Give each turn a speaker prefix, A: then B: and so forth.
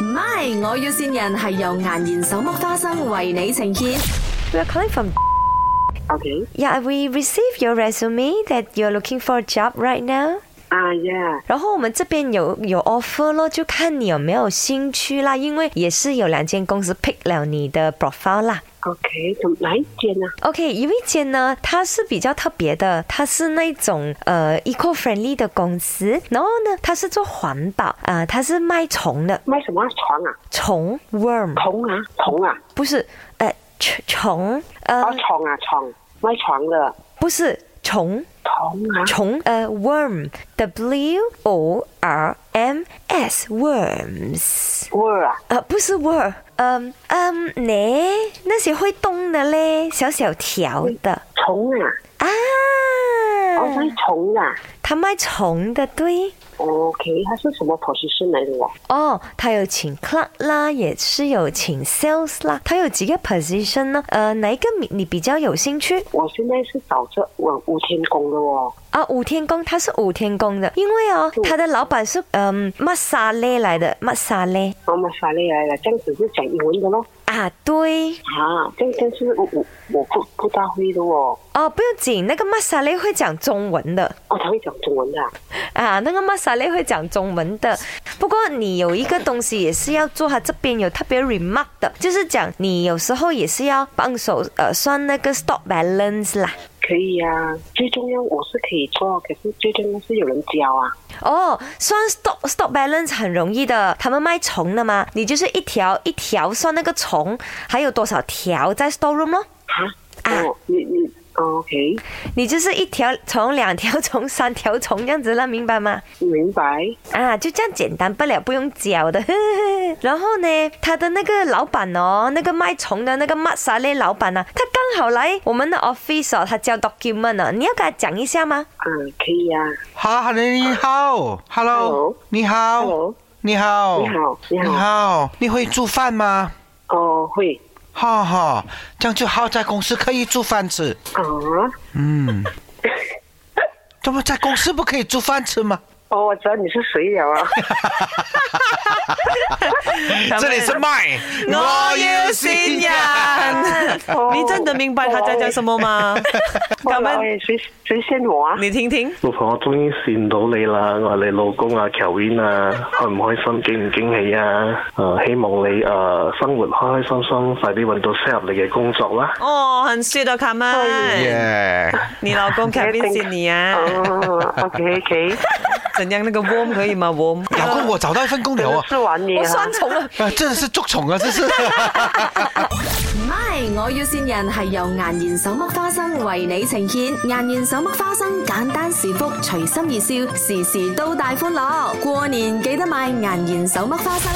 A: MY，我要線人係由顏然手剝花生為你呈現。
B: We are calling from.
C: Okay.
B: Yeah, we received your resume that you're looking for a job right now.
C: Ah, yeah.
B: 然后我们这边有有 offer 咯，就看你有没有兴趣啦。因为也是有两间公司 pick 了你的 profile 啦。
C: Okay. So, 哪一间呢、
B: OK，有一间呢，它是比较特别的，它是那种呃 eco friendly 的公司，然后呢，它是做环保，呃，它是卖虫的，
C: 卖什么床啊？
B: 虫 worm
C: 虫啊，虫啊，
B: 不是，呃，虫虫，呃
C: 哦，，床啊，床，卖床的
B: 不是虫。
C: 虫啊。
B: 虫呃 worm，w o r m s worms，
C: Word 啊，
B: 呃不是 worm，嗯嗯呢那些会动的嘞，小小条的
C: 虫啊，
B: 啊，嗯
C: 哦，卖虫啊。
B: 他卖虫的对。
C: OK，它是什么 position 来的哦？
B: 哦，他有请 clerk 啦，也是有请 sales 啦，他有几个 position 呢？呃，哪一个你你比较有兴趣？
C: 我现在是找这我五天工的哦。
B: 啊，五天工，他是五天工的，因为哦，他的老板是嗯马萨勒来的，马萨勒
C: 我们法律来了，这样子是讲英文的咯。
B: 啊，对，
C: 啊，这这是我我我不不大会的哦。
B: 哦，不用紧，那个玛莎雷会讲中文的
C: 哦，他会讲中文的啊、
B: 啊，那个玛莎雷会讲中文的。不过你有一个东西也是要做，他这边有特别 remark 的，就是讲你有时候也是要帮手呃算那个 stock balance 啦。
C: 可以啊。最重要我是可以做，可是最重要是有人教啊。
B: 哦，算 stock stock balance 很容易的，他们卖虫的嘛，你就是一条一条算那个虫还有多少条在 storeroom 咯。
C: 哈？
B: 啊
C: 哦，你你哦 OK，
B: 你就是一条虫、两条虫、三条虫这样子啦，明白吗？
C: 明白。
B: 啊，就这样简单不了，不用教的。 然后呢，他的那个老板哦，那个卖虫的那个玛莎勒老板啊，他刚好来我们的 office 哦，他交 document 啊，你要跟他讲一下吗？
C: 嗯，可以呀、
D: 哈，你好，Hello，
C: Hello
D: 你
E: 哦
D: 好
C: Hello
D: 你
C: 你
D: 好，
C: 好你好
D: 你好，你会煮饭吗？
C: 哦，会
D: 哈哈，这样就好，在公司可以煮饭吃。
C: 啊，
D: 嗯，怎么在公司不可以煮饭吃吗？
C: 哦，我知道你是谁了 啊。
D: 这里是麦，
E: 我要
D: 新
E: 善人，
C: 哦
E: 你真的明白他在讲什么吗？
C: 我
E: 咱
C: 老
E: 们
C: 诶，哎谁谁先我啊？
E: 你听听，
F: 老婆，我終於見到你啦！我係你老公啊，Kevin 啊，開唔開心，驚唔驚喜啊？誒、希望你誒、呃生活開開心心，快啲揾到適合你嘅工作啦！
E: 哦，很 sweet 的卡曼，
D: 耶，
E: 你老公 Kevin 是你啊，
C: 哦，OK OK，
E: 怎样那个 warm 可以吗？warm，
D: 老公，我找到一份工
C: 真
D: 了
C: 的
D: 啊
C: 是玩你
B: 我
C: 啊
B: 算！ 虫了。
D: 啊，真的是捉虫啊，这是。
A: MY，我要線人係由顏然手剝花生為你呈現。顏然手剝花生，簡單是福，隨心而笑，時時都大歡樂。過年記得買顏然手剝花生。